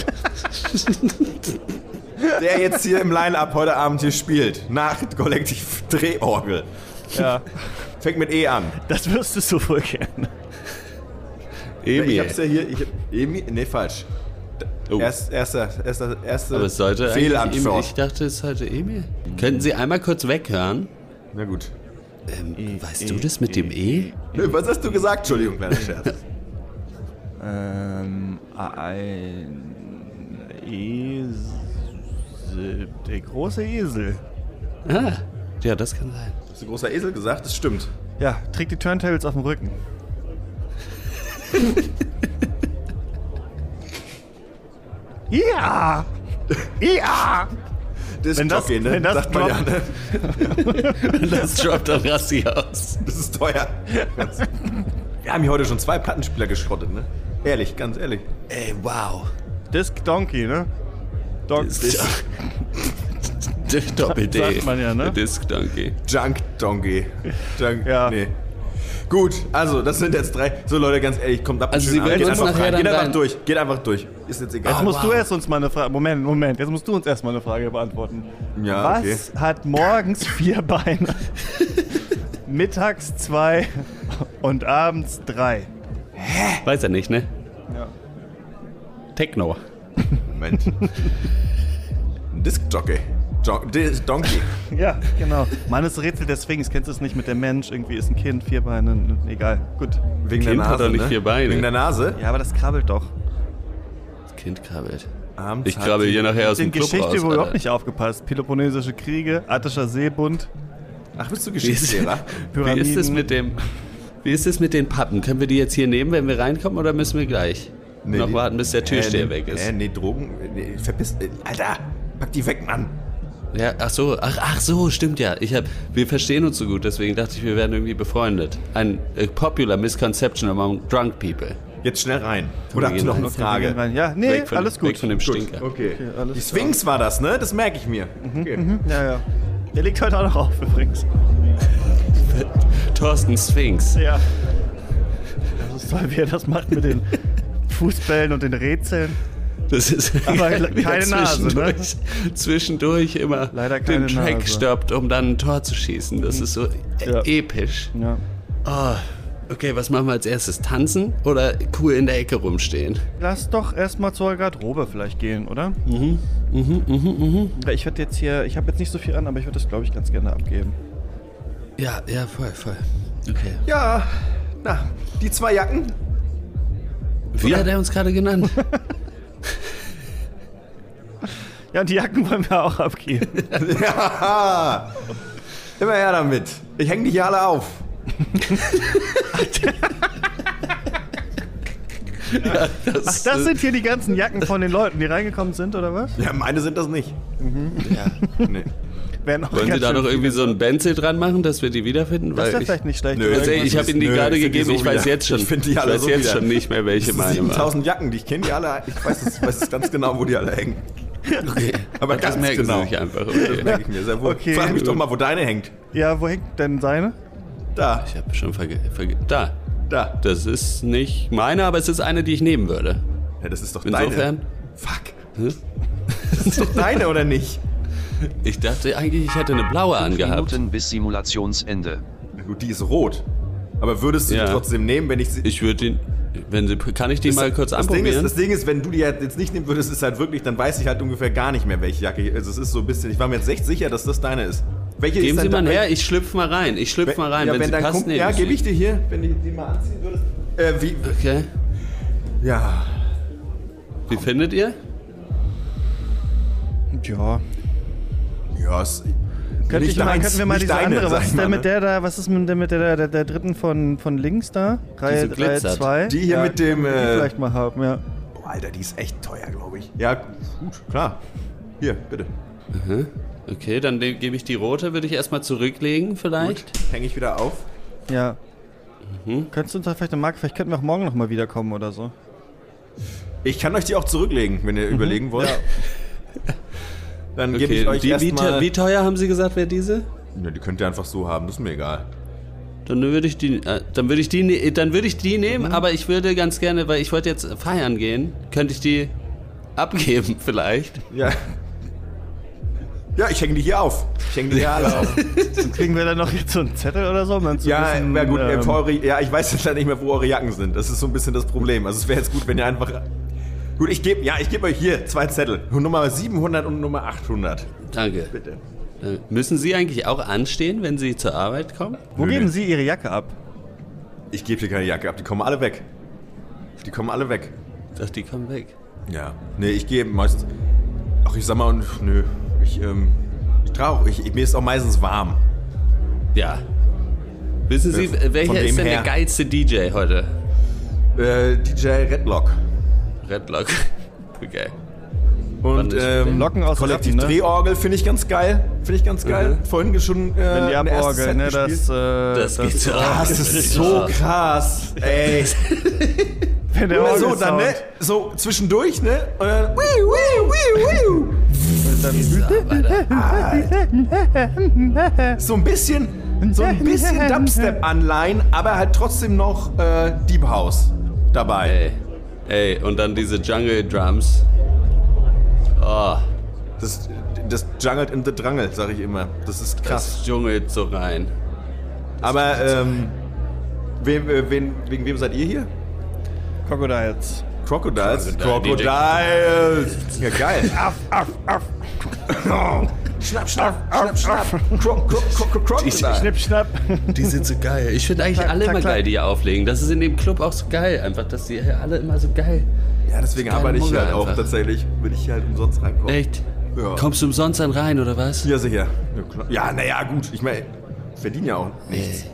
Speaker 2: [LAUGHS]
Speaker 3: der jetzt hier im Line-Up heute Abend hier spielt. Nach Kollektiv Drehorgel.
Speaker 2: Ja,
Speaker 3: Fängt mit E an.
Speaker 2: [LAUGHS] das wirst du wohl kennen.
Speaker 3: Ich
Speaker 4: Emil.
Speaker 3: hab's ja hier. Ich hab, Emi? Nee, falsch.
Speaker 4: Oh.
Speaker 3: Erst, erster, erster, erste
Speaker 4: Aber es sollte eigentlich Emil. Ich
Speaker 3: Fehlantwort.
Speaker 4: dachte, es sollte Emil. Könnten Sie einmal kurz weghören?
Speaker 3: Na gut.
Speaker 4: Ähm,
Speaker 2: E,
Speaker 4: weißt du das mit dem E?
Speaker 3: Nö, Was hast du gesagt? Entschuldigung,
Speaker 4: [LAUGHS]
Speaker 3: kleiner Scherz.
Speaker 2: Ähm, ein Esel. Der große Esel.
Speaker 4: Ah, ja, das kann
Speaker 2: [LAUGHS]
Speaker 4: sein.
Speaker 3: Hast du großer Esel gesagt? Das stimmt.
Speaker 2: Ja, trägt die Turntables auf dem
Speaker 3: [LAUGHS]
Speaker 2: Rücken. ja! Ja!
Speaker 3: Disc
Speaker 2: Wenn das-
Speaker 3: Jockey, ne?
Speaker 2: wenn das
Speaker 3: Sagt man ja,
Speaker 2: droppt.
Speaker 3: ne?
Speaker 4: Das droppt dann Rassi aus.
Speaker 3: Das ist
Speaker 2: [LAUGHS]
Speaker 3: teuer. Ganz- Wir haben hier heute schon zwei Plattenspieler geschrottet, ne? Ehrlich, ganz ehrlich.
Speaker 4: Ey, wow.
Speaker 2: Disc Donkey, ne? Don
Speaker 4: Doppel-D.
Speaker 2: Sagt man ja, ne?
Speaker 4: Disc Donkey.
Speaker 3: Junk Donkey. Junk,
Speaker 2: Ja.
Speaker 3: nee. Gut, also das sind jetzt drei. So Leute, ganz ehrlich, kommt ab.
Speaker 4: Also,
Speaker 3: schönen
Speaker 4: Sie
Speaker 3: Abend.
Speaker 4: werden
Speaker 3: Geht
Speaker 4: uns
Speaker 3: einfach
Speaker 4: nachher
Speaker 3: rein. Geht
Speaker 4: dann
Speaker 3: einfach
Speaker 4: rein.
Speaker 3: durch. Geht einfach durch. Ist jetzt egal.
Speaker 2: Jetzt musst
Speaker 4: wow.
Speaker 2: du erst uns mal eine Frage. Moment, Moment. Jetzt musst du uns erstmal eine Frage beantworten.
Speaker 3: Ja,
Speaker 2: Was
Speaker 3: okay.
Speaker 2: hat morgens vier Beine, [LAUGHS] mittags zwei und abends drei?
Speaker 4: Weiß er nicht, ne?
Speaker 2: Ja.
Speaker 4: Techno.
Speaker 3: Moment.
Speaker 2: [LAUGHS]
Speaker 3: Ein Disc Jockey. Jo Disc Donkey.
Speaker 2: Ja, genau. Mann, das Rätsel der Sphinx. Kennst du es nicht mit der Mensch? Irgendwie ist ein Kind, vier Beine. n- Egal. Gut.
Speaker 3: Wegen
Speaker 4: Kind hat doch nicht vier Beine.
Speaker 3: Wegen der Nase?
Speaker 2: Ja, aber das krabbelt doch.
Speaker 4: Das Kind krabbelt.
Speaker 3: Abends
Speaker 4: Ich
Speaker 3: hat
Speaker 4: grabe
Speaker 3: die-
Speaker 4: hier nachher aus
Speaker 2: In
Speaker 4: dem Club
Speaker 2: Geschichte
Speaker 4: raus.
Speaker 2: wurde überhaupt
Speaker 4: Alter.
Speaker 2: nicht aufgepasst. Peloponnesische Kriege, Attischer Seebund,
Speaker 3: Ach, bist du
Speaker 4: Wie ist, [LAUGHS]
Speaker 3: Geschichtslehrer?
Speaker 4: wie
Speaker 2: Pyramiden.
Speaker 4: ist es mit dem... Wie ist es mit den Pappen? Können wir die jetzt hier nehmen, wenn wir reinkommen, oder müssen wir gleich
Speaker 3: Nee,
Speaker 4: noch
Speaker 3: die- Äh,
Speaker 4: warten, bis der Türsteher
Speaker 3: nee,
Speaker 4: weg ist?
Speaker 3: Äh, nee, Drogen. Nee, verpiss. Äh, Alter, pack die weg, Mann.
Speaker 4: Ja, ach so, ach, ach so, stimmt ja. Ich hab, wir verstehen uns so gut, deswegen dachte ich, wir wären irgendwie befreundet. Ein äh, popular misconception among drunk people.
Speaker 3: Jetzt schnell rein. Oder
Speaker 4: wir
Speaker 3: habt ihr
Speaker 4: gehen
Speaker 3: noch
Speaker 4: rein?
Speaker 3: eine
Speaker 2: Okay, wir gehen
Speaker 3: Frage?
Speaker 2: rein. Ja, nee,
Speaker 4: Weg von-
Speaker 2: alles gut.
Speaker 4: Weg von dem Stinker.
Speaker 3: Okay.
Speaker 2: alles mhm.
Speaker 3: die Sphinx war das, ne? Das merke ich mir. Okay.
Speaker 2: ja, ja. Der legt heute auch noch auf übrigens.
Speaker 4: Thorsten Sphinx.
Speaker 2: Ja. [LAUGHS] Das ist toll, wie er das macht mit den Fußbällen und den Rätseln.
Speaker 4: Das ist [LAUGHS]
Speaker 2: Aber
Speaker 4: wie er
Speaker 2: keine Nase, ne?
Speaker 4: zwischendurch, zwischendurch immer
Speaker 2: Leider keine
Speaker 4: den Track
Speaker 2: Nase.
Speaker 4: stoppt, um dann ein Tor zu schießen. Das ist so e-
Speaker 2: Ja.
Speaker 4: episch.
Speaker 2: Ja.
Speaker 4: Oh, okay, was machen wir als erstes? Tanzen oder cool in der Ecke rumstehen?
Speaker 2: Lass doch erstmal zur Garderobe vielleicht gehen, oder? Mhm, mhm, mhm, mhm. Ich würde jetzt hier, ich habe jetzt nicht so viel an, aber ich würde das, glaube ich, ganz gerne abgeben.
Speaker 4: Ja, ja, voll, voll. Okay.
Speaker 3: Ja, na, die zwei Jacken. [LAUGHS]
Speaker 4: Wie hat er uns gerade
Speaker 2: [LAUGHS]
Speaker 4: genannt?
Speaker 2: Ja, und die Jacken wollen wir auch abgeben.
Speaker 3: ja. Immer her damit. Ich hänge dich hier alle auf.
Speaker 4: Das,
Speaker 2: Ach, [LAUGHS] das sind hier die ganzen Jacken von den Leuten, die reingekommen sind, oder was?
Speaker 3: Ja, meine sind das nicht.
Speaker 4: ja.
Speaker 3: Nee.
Speaker 2: Werden auch
Speaker 4: Wollen Sie
Speaker 2: ganz
Speaker 4: da
Speaker 2: schön
Speaker 4: noch
Speaker 2: viele.
Speaker 4: irgendwie so ein Benzel dran machen, dass wir die wiederfinden?
Speaker 2: Das wäre
Speaker 4: ich,
Speaker 2: vielleicht nicht schlecht.
Speaker 3: Nö,
Speaker 2: oder?
Speaker 4: Ganz ehrlich, Also, ich habe Ihnen die
Speaker 3: Nö, ich
Speaker 4: gerade
Speaker 3: find die
Speaker 4: gegeben,
Speaker 3: so
Speaker 4: ich weiß
Speaker 3: wieder.
Speaker 4: jetzt schon.
Speaker 3: [LAUGHS] Ich find die alle
Speaker 4: weiß
Speaker 3: so
Speaker 4: jetzt
Speaker 3: wieder.
Speaker 4: schon nicht mehr, welche
Speaker 3: Das sind
Speaker 4: meine war.
Speaker 3: 7000 Jacken, die ich kenne die alle. Ich weiß, das, weiß das ganz genau, wo die alle hängen.
Speaker 4: [LAUGHS] Okay.
Speaker 3: Aber
Speaker 4: das
Speaker 3: ganz
Speaker 4: merken
Speaker 3: genau.
Speaker 4: Sie sich einfach.
Speaker 3: Das
Speaker 4: Okay.
Speaker 3: merke ich mir sehr wohl.
Speaker 2: Okay.
Speaker 3: Frag mich doch mal, wo deine hängt.
Speaker 2: Ja, wo hängt denn seine?
Speaker 3: Da,
Speaker 4: Ich habe schon vergessen. Verge da.
Speaker 3: da.
Speaker 4: Das ist nicht meine, aber es ist eine, die ich nehmen würde. Hm?
Speaker 3: Ja, das ist doch
Speaker 4: Insofern.
Speaker 3: deine. Fuck.
Speaker 4: Hä?
Speaker 3: Das ist doch deine, oder nicht?
Speaker 4: Ich dachte eigentlich, ich hätte eine blaue angehabt.
Speaker 1: Minuten bis Simulationsende.
Speaker 3: Na gut, die ist rot. Aber würdest du
Speaker 4: Ja.
Speaker 3: die trotzdem nehmen, wenn ich sie.
Speaker 4: Ich würde den. Wenn Sie, kann ich die mal kurz
Speaker 3: das Ding,
Speaker 4: anprobieren?
Speaker 3: ist, das Ding ist, wenn du die halt jetzt nicht nehmen würdest, ist halt wirklich, dann weiß ich halt ungefähr gar nicht mehr, welche Jacke. Also es ist so ein bisschen, ich war mir jetzt echt sicher, dass das deine ist. Welche
Speaker 4: Geben
Speaker 3: ist
Speaker 4: Sie
Speaker 3: denn
Speaker 4: mal
Speaker 3: da-
Speaker 4: her, ich schlüpf mal rein. Ich schlüpf mal rein.
Speaker 3: Ja,
Speaker 4: wenn,
Speaker 3: wenn
Speaker 4: sie
Speaker 3: dein
Speaker 4: passt,
Speaker 3: Kumpel-
Speaker 4: nehme
Speaker 3: ja,
Speaker 4: ich
Speaker 3: gebe
Speaker 4: sie.
Speaker 3: ich dir hier, wenn du die mal anziehen würdest. Äh, wie.
Speaker 4: Okay.
Speaker 3: Ja.
Speaker 4: Wie findet ihr?
Speaker 2: Ja.
Speaker 3: Ja, es.
Speaker 2: Könnte ich mal, könnten wir mal diese andere, was ist denn mit
Speaker 3: der?
Speaker 2: der da, was ist mit der, mit der, der, der dritten von, von links da? Reihe, Reihe
Speaker 4: glitzert.
Speaker 2: 2?
Speaker 3: Die hier mit dem,
Speaker 2: Die
Speaker 3: äh,
Speaker 2: vielleicht mal haben, ja.
Speaker 3: Oh, Alter, die ist echt teuer, glaube ich. Ja, gut, klar. Hier, bitte.
Speaker 4: Okay, dann ne- gebe ich die rote, würde ich erstmal zurücklegen vielleicht.
Speaker 3: Hänge ich wieder auf.
Speaker 2: Ja. Könntest du uns da vielleicht eine Marke, vielleicht könnten wir auch morgen nochmal wiederkommen oder so.
Speaker 3: Ich kann euch die auch zurücklegen, wenn
Speaker 2: Mhm.
Speaker 3: ihr überlegen wollt. [LAUGHS] Dann gebe ich euch
Speaker 4: die, wie, te-
Speaker 3: erstmal.
Speaker 4: wie teuer haben Sie gesagt, wäre diese?
Speaker 3: Ja, die könnt ihr einfach so haben, das ist mir egal.
Speaker 4: Dann würde ich die, äh, dann würde ich die, ne- dann würde ich die nehmen, aber ich würde ganz gerne, weil ich wollte jetzt feiern gehen, könnte ich die abgeben [LAUGHS] vielleicht.
Speaker 3: Ja. [LAUGHS] Ja, ich hänge die hier auf. Ich hänge die hier alle auf.
Speaker 2: Und kriegen wir dann noch jetzt so einen Zettel oder so? Meinst du,
Speaker 3: Ja,
Speaker 2: ein bisschen,
Speaker 3: wär gut,
Speaker 2: ähm,
Speaker 3: ähm, eure, ja, ich weiß jetzt leider nicht mehr, wo eure Jacken sind. Das ist so ein bisschen das Problem. Also es wäre jetzt gut, wenn ihr einfach. Gut, ich gebe ja, ich gebe euch hier zwei Zettel. Nummer 700 und Nummer 800.
Speaker 4: Danke.
Speaker 3: Bitte.
Speaker 4: Äh, Müssen Sie eigentlich auch anstehen, wenn Sie zur Arbeit kommen?
Speaker 2: Wo
Speaker 3: Nö, Äh,
Speaker 2: geben
Speaker 3: nö.
Speaker 2: Sie Ihre Jacke ab?
Speaker 3: Ich gebe dir keine Jacke ab, die kommen alle weg. Die kommen alle weg.
Speaker 4: Ich dachte, die kommen weg.
Speaker 3: Ja. Nee, ich gehe meistens. Ach, ich sag mal, und- nö. Ich, ähm, ich trau, ich, ich, mir ist auch meistens warm.
Speaker 4: Ja. Wissen Sie,
Speaker 3: Äh,
Speaker 4: äh, welcher
Speaker 3: von dem
Speaker 4: ist denn
Speaker 3: her.
Speaker 4: der geilste DJ heute?
Speaker 3: Äh, DJ Redlock.
Speaker 4: Redlock. [LAUGHS] Okay. Wann
Speaker 3: Und
Speaker 4: ist
Speaker 3: ähm,
Speaker 2: Locken aus
Speaker 3: Kollektiv
Speaker 2: Ratten, ne? Mhm.
Speaker 3: Drehorgel finde ich ganz geil. Finde ich ganz geil. Vorhin schon. Äh,
Speaker 2: Wenn die
Speaker 3: ein erstes
Speaker 2: Aborgel,
Speaker 3: Set
Speaker 2: ne? Das,
Speaker 3: gespielt.
Speaker 2: äh,
Speaker 4: Das, geht so.
Speaker 3: Das ist so krass. Ey.
Speaker 2: wenn der
Speaker 3: Immer so
Speaker 2: Orgel
Speaker 3: dann, ne?
Speaker 2: sound-
Speaker 3: So zwischendurch, ne? Und dann. Wii, wii, wii, wii. Ah. So ein bisschen. So ein bisschen Dubstep-Anleihen, aber halt trotzdem noch äh, Deep House dabei.
Speaker 4: Ey. Ey, und dann diese Jungle Drums. Oh,
Speaker 3: Das, das jungelt in the Drangle, sag ich immer. Das ist krass.
Speaker 4: das dschungelt so rein.
Speaker 3: aber ähm, wem, äh, wen, wegen wem seid ihr hier?
Speaker 2: Crocodiles.
Speaker 3: Crocodiles.
Speaker 4: Crocodile,
Speaker 3: Crocodiles. Ja, geil.
Speaker 2: Aff, aff, aff.
Speaker 3: Schnapp, schnapp, schnapp, schnapp. Krok, krok, krok, krok, krok. Nein.
Speaker 2: Schnipp, schnapp.
Speaker 4: Die sind so geil. Ich finde eigentlich
Speaker 2: Tack,
Speaker 4: alle
Speaker 2: tack,
Speaker 4: immer
Speaker 2: tack.
Speaker 4: geil, die hier auflegen. Das ist in dem Club auch so geil, einfach, dass die hier alle immer so geil.
Speaker 3: Ja, deswegen
Speaker 4: Geile
Speaker 3: arbeite ich hier
Speaker 4: Mucke
Speaker 3: halt auch
Speaker 4: einfach.
Speaker 3: tatsächlich, wenn ich hier halt umsonst reinkomme.
Speaker 4: Echt?
Speaker 3: Ja.
Speaker 4: Kommst du umsonst dann rein, oder was?
Speaker 3: Ja, sicher. Ja, klar. Ja, naja, gut. Ich meine, ich verdiene ja auch nichts.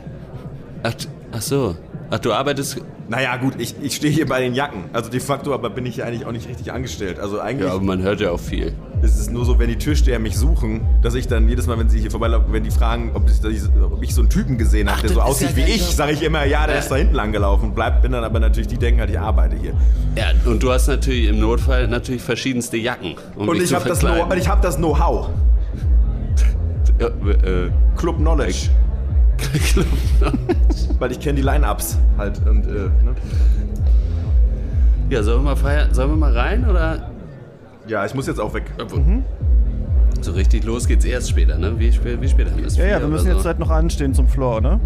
Speaker 4: Ach, ach so. Ach, du arbeitest.
Speaker 3: Naja, gut, ich, ich stehe hier bei den Jacken. Also de facto aber bin ich ja eigentlich auch nicht richtig angestellt. Also eigentlich
Speaker 4: Ja, aber man hört ja auch viel.
Speaker 3: ist es nur so, wenn die Türsteher mich suchen, dass ich dann jedes Mal, wenn sie hier vorbeilaufen, wenn die fragen, ob ich, dass ich, ob ich so einen Typen gesehen habe, der so
Speaker 4: das ist
Speaker 3: aussieht
Speaker 4: ja
Speaker 3: wie
Speaker 4: geil,
Speaker 3: ich,
Speaker 4: doch.
Speaker 3: sage ich immer, ja, der ist da hinten lang gelaufen. Bleibt, bin dann aber natürlich, die denken halt, ich arbeite hier.
Speaker 4: Ja, und du hast natürlich im Notfall natürlich verschiedenste Jacken. Um
Speaker 3: Und
Speaker 4: dich
Speaker 3: ich
Speaker 4: zu
Speaker 3: habe das,
Speaker 4: verkleiden.
Speaker 3: Know- und ich hab das Know-how.
Speaker 4: [LAUGHS] Ja, äh, äh,
Speaker 3: Club Knowledge.
Speaker 4: [LAUGHS] Club.
Speaker 3: Weil ich kenne die Line-Ups halt. Und, äh, ne?
Speaker 4: ja, sollen wir mal feiern? Sollen wir mal rein oder?
Speaker 3: Ja, ich muss jetzt auch weg.
Speaker 4: So richtig los geht's erst später, ne? Wie spät, wie spät haben wir es?
Speaker 2: Ja, ja,
Speaker 4: Vier
Speaker 2: wir
Speaker 4: oder
Speaker 2: müssen jetzt
Speaker 4: so.
Speaker 2: halt noch anstehen zum Floor, ne?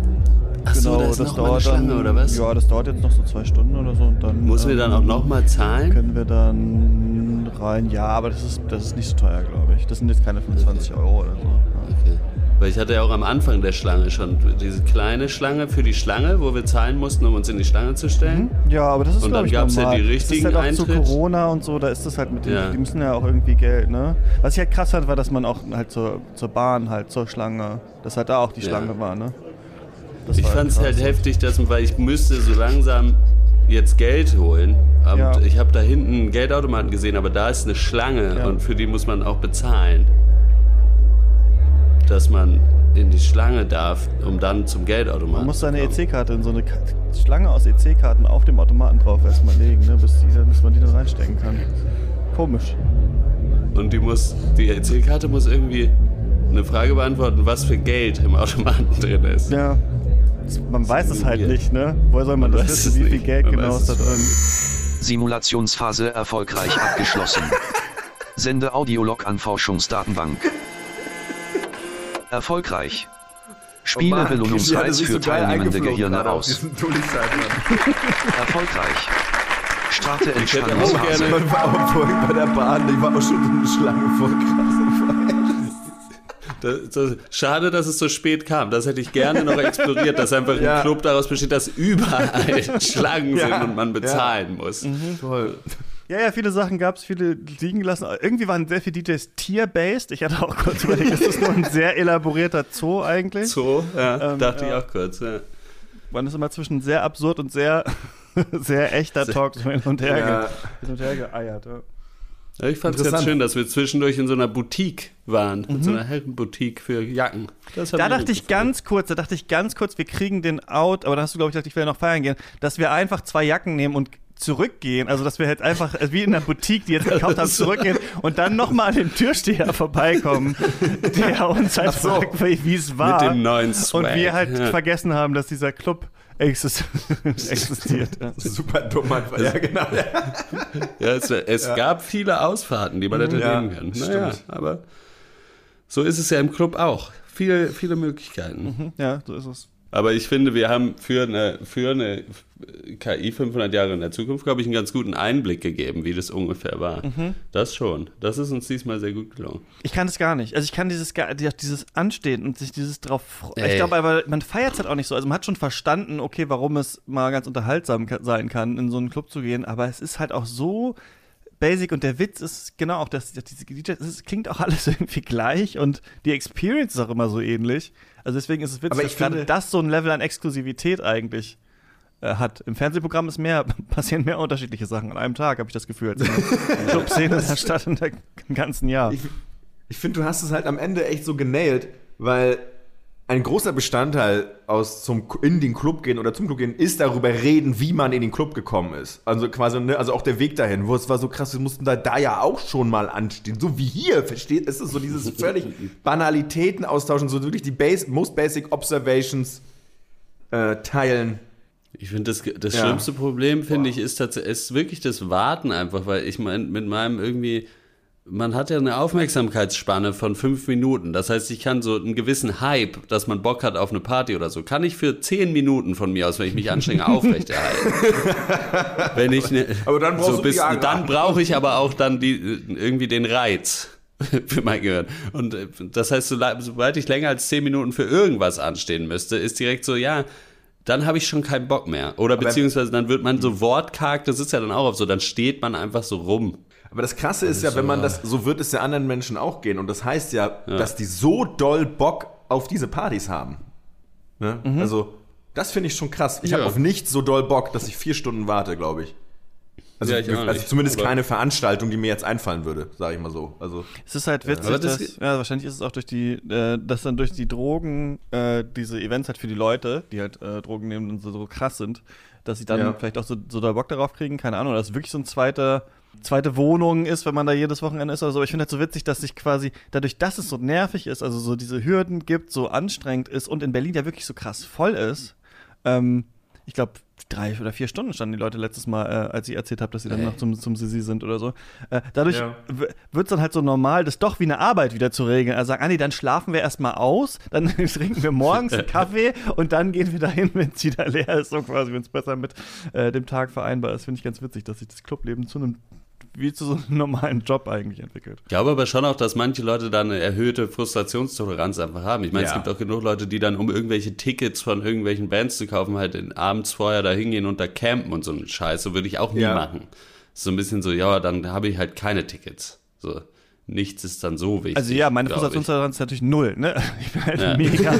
Speaker 4: Ach so,
Speaker 2: Genau,
Speaker 4: da ist noch mal eine Schlange, oder was?
Speaker 2: Ja, das dauert jetzt noch so zwei Stunden oder so und dann. ähm,
Speaker 4: Muss wir dann auch nochmal zahlen?
Speaker 2: Können wir dann rein? Ja, aber das ist, das ist nicht so teuer, glaube ich. Das sind jetzt keine 25 Euro oder so. Ja.
Speaker 4: Okay. Weil ich hatte ja auch am Anfang der Schlange schon diese kleine Schlange für die Schlange, wo wir zahlen mussten, um uns in die Schlange zu stellen.
Speaker 2: Ja, aber Mhm. das ist
Speaker 4: Und
Speaker 2: glaub
Speaker 4: dann
Speaker 2: ich,
Speaker 4: gab's ja
Speaker 2: normal.
Speaker 4: die richtigen
Speaker 2: Das ist halt auch zu
Speaker 4: Eintritt.
Speaker 2: Corona und so, da ist das halt mit den,
Speaker 4: Ja.
Speaker 2: die müssen ja auch irgendwie Geld, ne? Was ich halt krass fand, war, dass man auch halt zur, zur Bahn, halt zur Schlange, dass halt da auch die
Speaker 4: Ja.
Speaker 2: Schlange war, ne? Das
Speaker 4: Ich
Speaker 2: war
Speaker 4: fand es
Speaker 2: krass.
Speaker 4: halt heftig, dass, weil ich müsste so langsam jetzt Geld holen. Und
Speaker 2: Ja.
Speaker 4: ich habe da hinten einen Geldautomaten gesehen, aber da ist eine Schlange
Speaker 2: Ja.
Speaker 4: und für die muss man auch bezahlen. Dass man in die Schlange darf, um dann zum Geldautomaten
Speaker 2: Man muss
Speaker 4: zu
Speaker 2: seine
Speaker 4: kommen.
Speaker 2: EC-Karte in so eine Ka- Schlange aus EC-Karten auf dem Automaten drauf erstmal legen, ne? bis, die, dann- bis man die dann reinstecken kann. Komisch.
Speaker 4: Und die muss, die EC-Karte muss irgendwie eine Frage beantworten, was für Geld im Automaten drin ist.
Speaker 2: Ja. Das- Man weiß es halt
Speaker 4: weird.
Speaker 2: nicht, ne? Woher soll man,
Speaker 4: Man
Speaker 2: das
Speaker 4: weiß
Speaker 2: wissen,
Speaker 4: es
Speaker 2: wie viel
Speaker 4: nicht.
Speaker 2: Geld
Speaker 4: Man
Speaker 2: genau
Speaker 4: weiß
Speaker 2: es da
Speaker 4: es
Speaker 2: drin
Speaker 1: Simulationsphase erfolgreich abgeschlossen. Sende Audiolog an Forschungsdatenbank. Erfolgreich.
Speaker 4: Oh
Speaker 1: Spiele
Speaker 4: um
Speaker 1: Belohnungsreiz für teilnehmende
Speaker 4: ne,
Speaker 1: Gehirne aus. Erfolgreich. Starte
Speaker 4: Ich hätte auch
Speaker 1: Entspannungsphase.
Speaker 4: gerne,
Speaker 3: Man Oh, war auch vorhin bei der Bahn, ich war auch schon in der Schlange voll krass.
Speaker 4: das, das, schade, dass es so spät kam. Das hätte ich gerne noch exploriert, dass einfach
Speaker 3: Ja.
Speaker 4: ein Club daraus besteht, dass
Speaker 2: [LAUGHS]
Speaker 4: überall Schlangen
Speaker 3: Ja.
Speaker 4: sind und man bezahlen muss.
Speaker 2: Mhm.
Speaker 3: Toll.
Speaker 2: Ja, ja, viele Sachen gab es, viele liegen gelassen. Irgendwie waren sehr viele DJs tier-based. Ich hatte auch kurz überlegt, das ist nur ein sehr elaborierter Zoo eigentlich.
Speaker 4: So, ja,
Speaker 2: Ähm,
Speaker 4: dachte
Speaker 2: ja.
Speaker 4: ich auch kurz. Ja.
Speaker 2: Man ist immer zwischen sehr absurd und sehr, [LAUGHS] sehr echter Talk so hin und her,
Speaker 3: Ja. genau.
Speaker 2: ge- hin und her geeiert. Ja.
Speaker 4: Ja, Ich fand es ganz
Speaker 3: Interessant.
Speaker 4: schön, dass wir zwischendurch in so einer Boutique waren, in so einer Herrenboutique für Jacken. Das hat
Speaker 2: Mhm. Da
Speaker 4: mir
Speaker 2: dachte
Speaker 4: gut
Speaker 2: ich ganz kurz, da dachte ich ganz kurz, wir kriegen den Out, aber da hast du, glaube ich, gedacht, ich will noch feiern gehen, dass wir einfach zwei Jacken nehmen und zurückgehen. Also, dass wir halt einfach äh, wie in der Boutique, die jetzt gekauft
Speaker 4: [LAUGHS]
Speaker 2: haben, zurückgehen und dann nochmal an dem Türsteher
Speaker 4: [LAUGHS]
Speaker 2: vorbeikommen, der uns halt
Speaker 3: so.
Speaker 2: fragt, wie wie es
Speaker 4: mit
Speaker 2: war.
Speaker 4: dem neuen
Speaker 2: Und
Speaker 4: Swag.
Speaker 2: wir halt
Speaker 4: ja.
Speaker 2: vergessen haben, dass dieser Club [LAUGHS] exis-
Speaker 4: [LAUGHS]
Speaker 2: existiert. ja.
Speaker 3: Super dumm einfach. Ja, genau. Ja.
Speaker 4: Ja, es, es gab viele Ausfahrten, die man
Speaker 2: Mhm.
Speaker 4: hätte
Speaker 3: Ja,
Speaker 4: nehmen können. Naja, aber so ist es ja im Club auch. Viele, viele Möglichkeiten.
Speaker 2: ja, so ist es.
Speaker 4: Aber ich finde, wir haben für eine, für eine KI 500 Jahre in der Zukunft, glaube ich, einen ganz guten Einblick gegeben, wie das ungefähr war. Das schon. Das ist uns diesmal sehr gut gelungen.
Speaker 2: Ich kann es gar nicht. Also ich kann dieses, gar- die- dieses Anstehen und sich dieses drauf freuen. Ich
Speaker 4: Ey.
Speaker 2: glaube aber, man feiert es halt auch nicht so. Also man hat schon verstanden, okay, warum es mal ganz unterhaltsam ka- sein kann, in so einen Club zu gehen, aber es ist halt auch so basic und der Witz ist genau auch, dass, dass diese DJs, es klingt auch [LAUGHS] alles irgendwie gleich und die Experience ist auch immer so ähnlich. Also deswegen ist es witzig,
Speaker 3: Aber ich
Speaker 2: dass gerade
Speaker 3: finde-
Speaker 2: das so ein Level an Exklusivität eigentlich äh, hat. Im Fernsehprogramm ist mehr, [LAUGHS] passieren mehr unterschiedliche Sachen an einem Tag, habe ich das Gefühl. Als in
Speaker 3: [LAUGHS]
Speaker 2: der Clubszene in der Stadt in der im ganzen Jahr.
Speaker 3: Ich, ich finde, du hast es halt am Ende echt so genailt, weil ein großer Bestandteil aus zum in den Club gehen oder zum Club gehen ist darüber reden, wie man in den Club gekommen ist. Also quasi, ne, also auch der Weg dahin, wo es war so krass, wir mussten da, da ja auch schon mal anstehen, so wie hier, versteht? Es ist so dieses völlig Banalitäten austauschen, so wirklich die base, most basic observations äh, teilen.
Speaker 4: Ich finde, das, das
Speaker 3: Ja.
Speaker 4: schlimmste Problem, finde ich, ist tatsächlich ist wirklich das Warten einfach, weil ich meine, mit meinem irgendwie, man hat ja eine Aufmerksamkeitsspanne von fünf Minuten. Das heißt, ich kann so einen gewissen Hype, dass man Bock hat auf eine Party oder so, kann ich für zehn Minuten von mir aus, wenn ich mich anstrenge, aufrechterhalten. wenn ich ne,
Speaker 3: Aber dann brauchst du
Speaker 4: bis,
Speaker 3: Viagra.
Speaker 4: dann brauche ich aber auch dann die, irgendwie äh, den Reiz. [LAUGHS] für mein Gehirn. Und äh, das heißt, sola- sobald ich länger als 10 Minuten für irgendwas anstehen müsste, ist direkt so, ja, dann habe ich schon keinen Bock mehr. Oder beziehungsweise dann wird man so wortkarg, das ist ja dann auch oft so, dann steht man einfach so rum.
Speaker 3: Aber das Krasse ist ja, wenn man das, so wird es ja anderen Menschen auch gehen. Und das heißt ja, dass die so doll Bock auf diese Partys haben. Ne? Also, das finde ich schon krass. Ich
Speaker 4: Ja.
Speaker 3: habe auf nichts so doll Bock, dass ich vier Stunden warte, glaube ich. Also,
Speaker 4: Ja, ich auch
Speaker 3: also
Speaker 4: nicht,
Speaker 3: zumindest
Speaker 4: aber-
Speaker 3: keine Veranstaltung, die mir jetzt einfallen würde, sage ich mal so. Also,
Speaker 2: Es ist halt witzig,
Speaker 4: Aber das
Speaker 2: dass, ja, wahrscheinlich ist es auch durch die, äh, dass dann durch die Drogen äh, diese Events halt für die Leute, die halt äh, Drogen nehmen und so, so krass sind, dass sie dann
Speaker 3: Ja.
Speaker 2: vielleicht auch so, so da Bock darauf kriegen, keine Ahnung, dass es wirklich so ein zweiter zweite Wohnung ist, wenn man da jedes Wochenende ist oder so. Aber ich finde halt so witzig, dass sich quasi dadurch, dass es so nervig ist, also so diese Hürden gibt, so anstrengend ist und in Berlin ja wirklich so krass voll ist, ähm, ich glaube, drei oder vier Stunden standen die Leute letztes Mal, äh, als ich erzählt habe, dass sie dann noch zum, zum Sisi sind oder so. Äh, dadurch
Speaker 3: Ja.
Speaker 2: wird es dann halt so normal, das doch wie eine Arbeit wieder zu regeln. Also sagen, ah nee, dann schlafen wir erstmal aus, dann [LAUGHS] trinken wir morgens einen Kaffee und dann gehen wir dahin, wenn es wieder leer ist, so quasi, wenn es besser mit äh, dem Tag vereinbar ist. Finde ich ganz witzig, dass sich das Clubleben zu einem, wie zu so einem normalen Job eigentlich entwickelt.
Speaker 4: Ich glaube aber schon auch, dass manche Leute da eine erhöhte Frustrationstoleranz einfach haben. Ich meine, es
Speaker 3: Ja.
Speaker 4: gibt auch genug Leute, die dann, um irgendwelche Tickets von irgendwelchen Bands zu kaufen, halt in, abends vorher da hingehen und da campen und so einen Scheiß. So würde ich auch nie
Speaker 3: Ja.
Speaker 4: machen. Ist so ein bisschen so, ja, dann habe ich halt keine Tickets. So, nichts ist dann so wichtig.
Speaker 2: Also ja, meine
Speaker 4: glaub ich.
Speaker 2: Frustrationstoleranz ist natürlich null, ne? [LAUGHS] Ich bin halt
Speaker 4: [LAUGHS]
Speaker 2: mega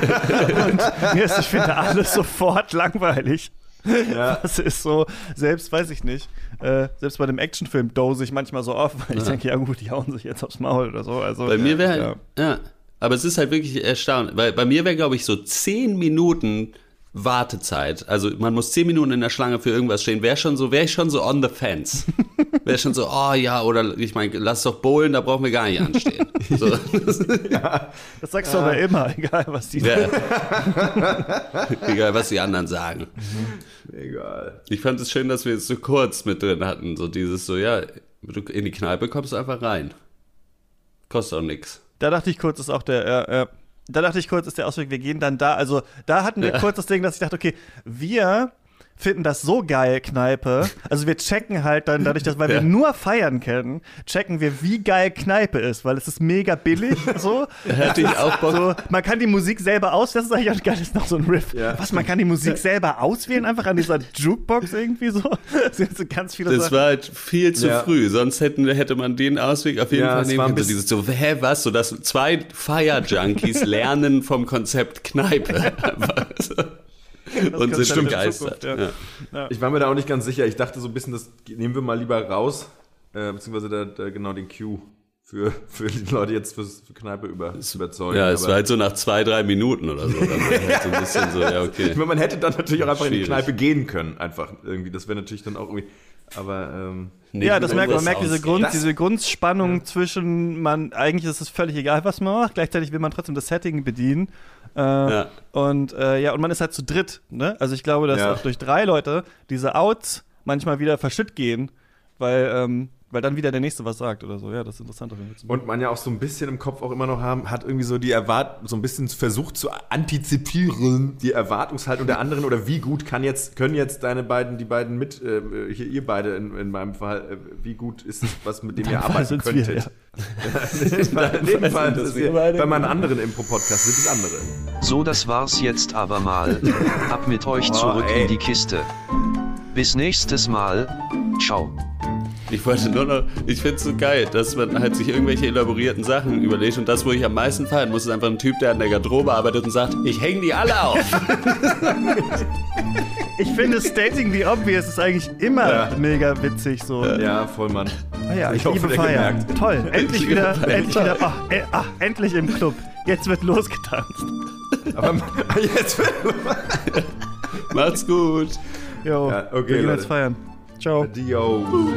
Speaker 2: hyper. Und mir ist, ich finde alles sofort langweilig.
Speaker 3: ja.
Speaker 2: Das ist so, selbst weiß ich nicht, äh, selbst bei dem Actionfilm dose ich manchmal so auf, weil ich denke, ja gut, die hauen sich jetzt aufs Maul oder so. Also,
Speaker 4: Bei mir wäre,
Speaker 2: ja.
Speaker 4: ja. Aber es ist halt wirklich erstaunlich, weil bei mir wäre, glaube ich, so 10 Minuten Wartezeit, also man muss 10 Minuten in der Schlange für irgendwas stehen, wäre schon so, wäre ich schon so on the
Speaker 2: [LAUGHS]
Speaker 4: fence. Wäre schon so, oh ja, oder ich meine, lass doch bowlen, da brauchen wir gar nicht anstehen.
Speaker 2: [LAUGHS]
Speaker 4: So,
Speaker 2: Das sagst du aber immer, [LAUGHS] egal was die
Speaker 4: wär, [LAUGHS] egal, was die anderen sagen.
Speaker 3: Egal.
Speaker 4: Ich fand es schön, dass wir es so kurz mit drin hatten, so dieses so, ja, du in die Kneipe kommst du einfach rein. Kostet auch nichts.
Speaker 2: Da dachte ich kurz, ist auch der, äh, äh, da dachte ich kurz, ist der Ausweg, wir gehen dann da. Also da hatten wir kurz das Ding, dass ich dachte, okay, wir finden das so geil, Kneipe. Also wir checken halt dann dadurch, dass weil wir
Speaker 4: [LAUGHS] Ja.
Speaker 2: nur feiern kennen, checken wir, wie geil Kneipe ist, weil es ist mega
Speaker 4: [LAUGHS]
Speaker 2: billig so.
Speaker 4: Hätte ich auch Bock.
Speaker 2: So, man kann die Musik selber aus, das ist eigentlich auch geil, das ist noch so ein Riff.
Speaker 3: Ja.
Speaker 2: Was, man kann die Musik selber auswählen, einfach an dieser Jukebox irgendwie so. [LAUGHS] Das sind so ganz viele
Speaker 4: Das war halt viel zu
Speaker 3: Ja.
Speaker 4: früh, sonst hätten, hätte man den Ausweg auf jeden
Speaker 3: Ja,
Speaker 4: Fall
Speaker 3: es
Speaker 4: nehmen
Speaker 3: war ein
Speaker 4: können. So
Speaker 3: bisschen-
Speaker 4: dieses so, hä, was? So, dass zwei
Speaker 3: [LAUGHS]
Speaker 4: Fire-Junkies lernen vom Konzept Kneipe. [LAUGHS] Einfach so. Und
Speaker 2: Konzept der
Speaker 4: sind begeistert.
Speaker 2: Zukunft, ja.
Speaker 4: ja.
Speaker 3: Ich war mir da auch nicht ganz sicher. Ich dachte so ein bisschen, das nehmen wir mal lieber raus. Äh, beziehungsweise da, da genau den Q für, für die Leute jetzt fürs, für Kneipe über, überzeugen.
Speaker 4: Ja, es
Speaker 3: Aber-
Speaker 4: war halt so nach zwei, drei Minuten oder so. Dann war halt so ein bisschen so, ja, okay.
Speaker 3: Ich meine, man hätte dann natürlich auch einfach in die
Speaker 4: Schwierig.
Speaker 3: Kneipe gehen können, einfach irgendwie. Das wäre natürlich dann auch irgendwie. Aber ähm,
Speaker 2: Ja, das merkt man, man merkt diese, Grund,
Speaker 3: Das-
Speaker 2: diese Grundspannung zwischen, man, eigentlich ist es völlig egal, was man macht, gleichzeitig will man trotzdem das Setting bedienen. Äh,
Speaker 4: Ja.
Speaker 2: Und äh, ja, und man ist halt zu dritt, ne? Also ich glaube, dass
Speaker 3: Ja.
Speaker 2: auch durch drei Leute diese Outs manchmal wieder verschütt gehen, weil, ähm, weil dann wieder der Nächste was sagt oder so. Ja, das ist interessant auf jeden Fall.
Speaker 3: und man ja auch so ein bisschen im Kopf auch immer noch haben, hat irgendwie so die Erwart so ein bisschen versucht zu antizipieren die Erwartungshaltung der anderen oder wie gut kann jetzt können jetzt deine beiden die beiden mit äh, hier ihr beide in, in meinem Fall äh, wie gut ist es was mit dem ihr
Speaker 2: Fall
Speaker 3: arbeiten
Speaker 2: sind's
Speaker 3: könntet. [LAUGHS]
Speaker 2: wir,
Speaker 3: in dem Fall
Speaker 4: sind
Speaker 3: das
Speaker 4: es
Speaker 3: hier,
Speaker 4: wir beide.
Speaker 3: bei meinen anderen Impro-Podcasts sind es andere.
Speaker 1: So, das war's jetzt aber mal. Ab mit euch
Speaker 3: Oh,
Speaker 1: zurück
Speaker 3: ey.
Speaker 1: in die Kiste. Bis nächstes Mal. Ciao.
Speaker 4: Ich wollte nur noch, ich find's so geil, dass man halt sich irgendwelche elaborierten Sachen überlegt und das, wo ich am meisten fallen muss, ist einfach ein Typ, der an der Garderobe arbeitet und sagt, ich häng die alle auf.
Speaker 3: [LAUGHS]
Speaker 2: Ich finde, stating the obvious ist eigentlich immer
Speaker 3: Ja.
Speaker 2: mega witzig so.
Speaker 3: Ja, voll Mann.
Speaker 2: Ah ja, ich,
Speaker 3: Ich hoffe,
Speaker 2: liebe
Speaker 3: der
Speaker 2: Feiern.
Speaker 3: gemerkt. [LAUGHS]
Speaker 2: Toll, endlich
Speaker 4: liebe
Speaker 2: wieder,
Speaker 4: Feiern.
Speaker 2: endlich wieder, ach, äh, ach, endlich im Club. Jetzt wird losgetanzt.
Speaker 3: Aber [LAUGHS]
Speaker 4: [LAUGHS]
Speaker 3: jetzt
Speaker 4: Macht's gut.
Speaker 2: Jo,
Speaker 3: Ja, okay,
Speaker 2: wir gehen
Speaker 3: Leute.
Speaker 2: jetzt feiern. Ciao.
Speaker 3: Dio.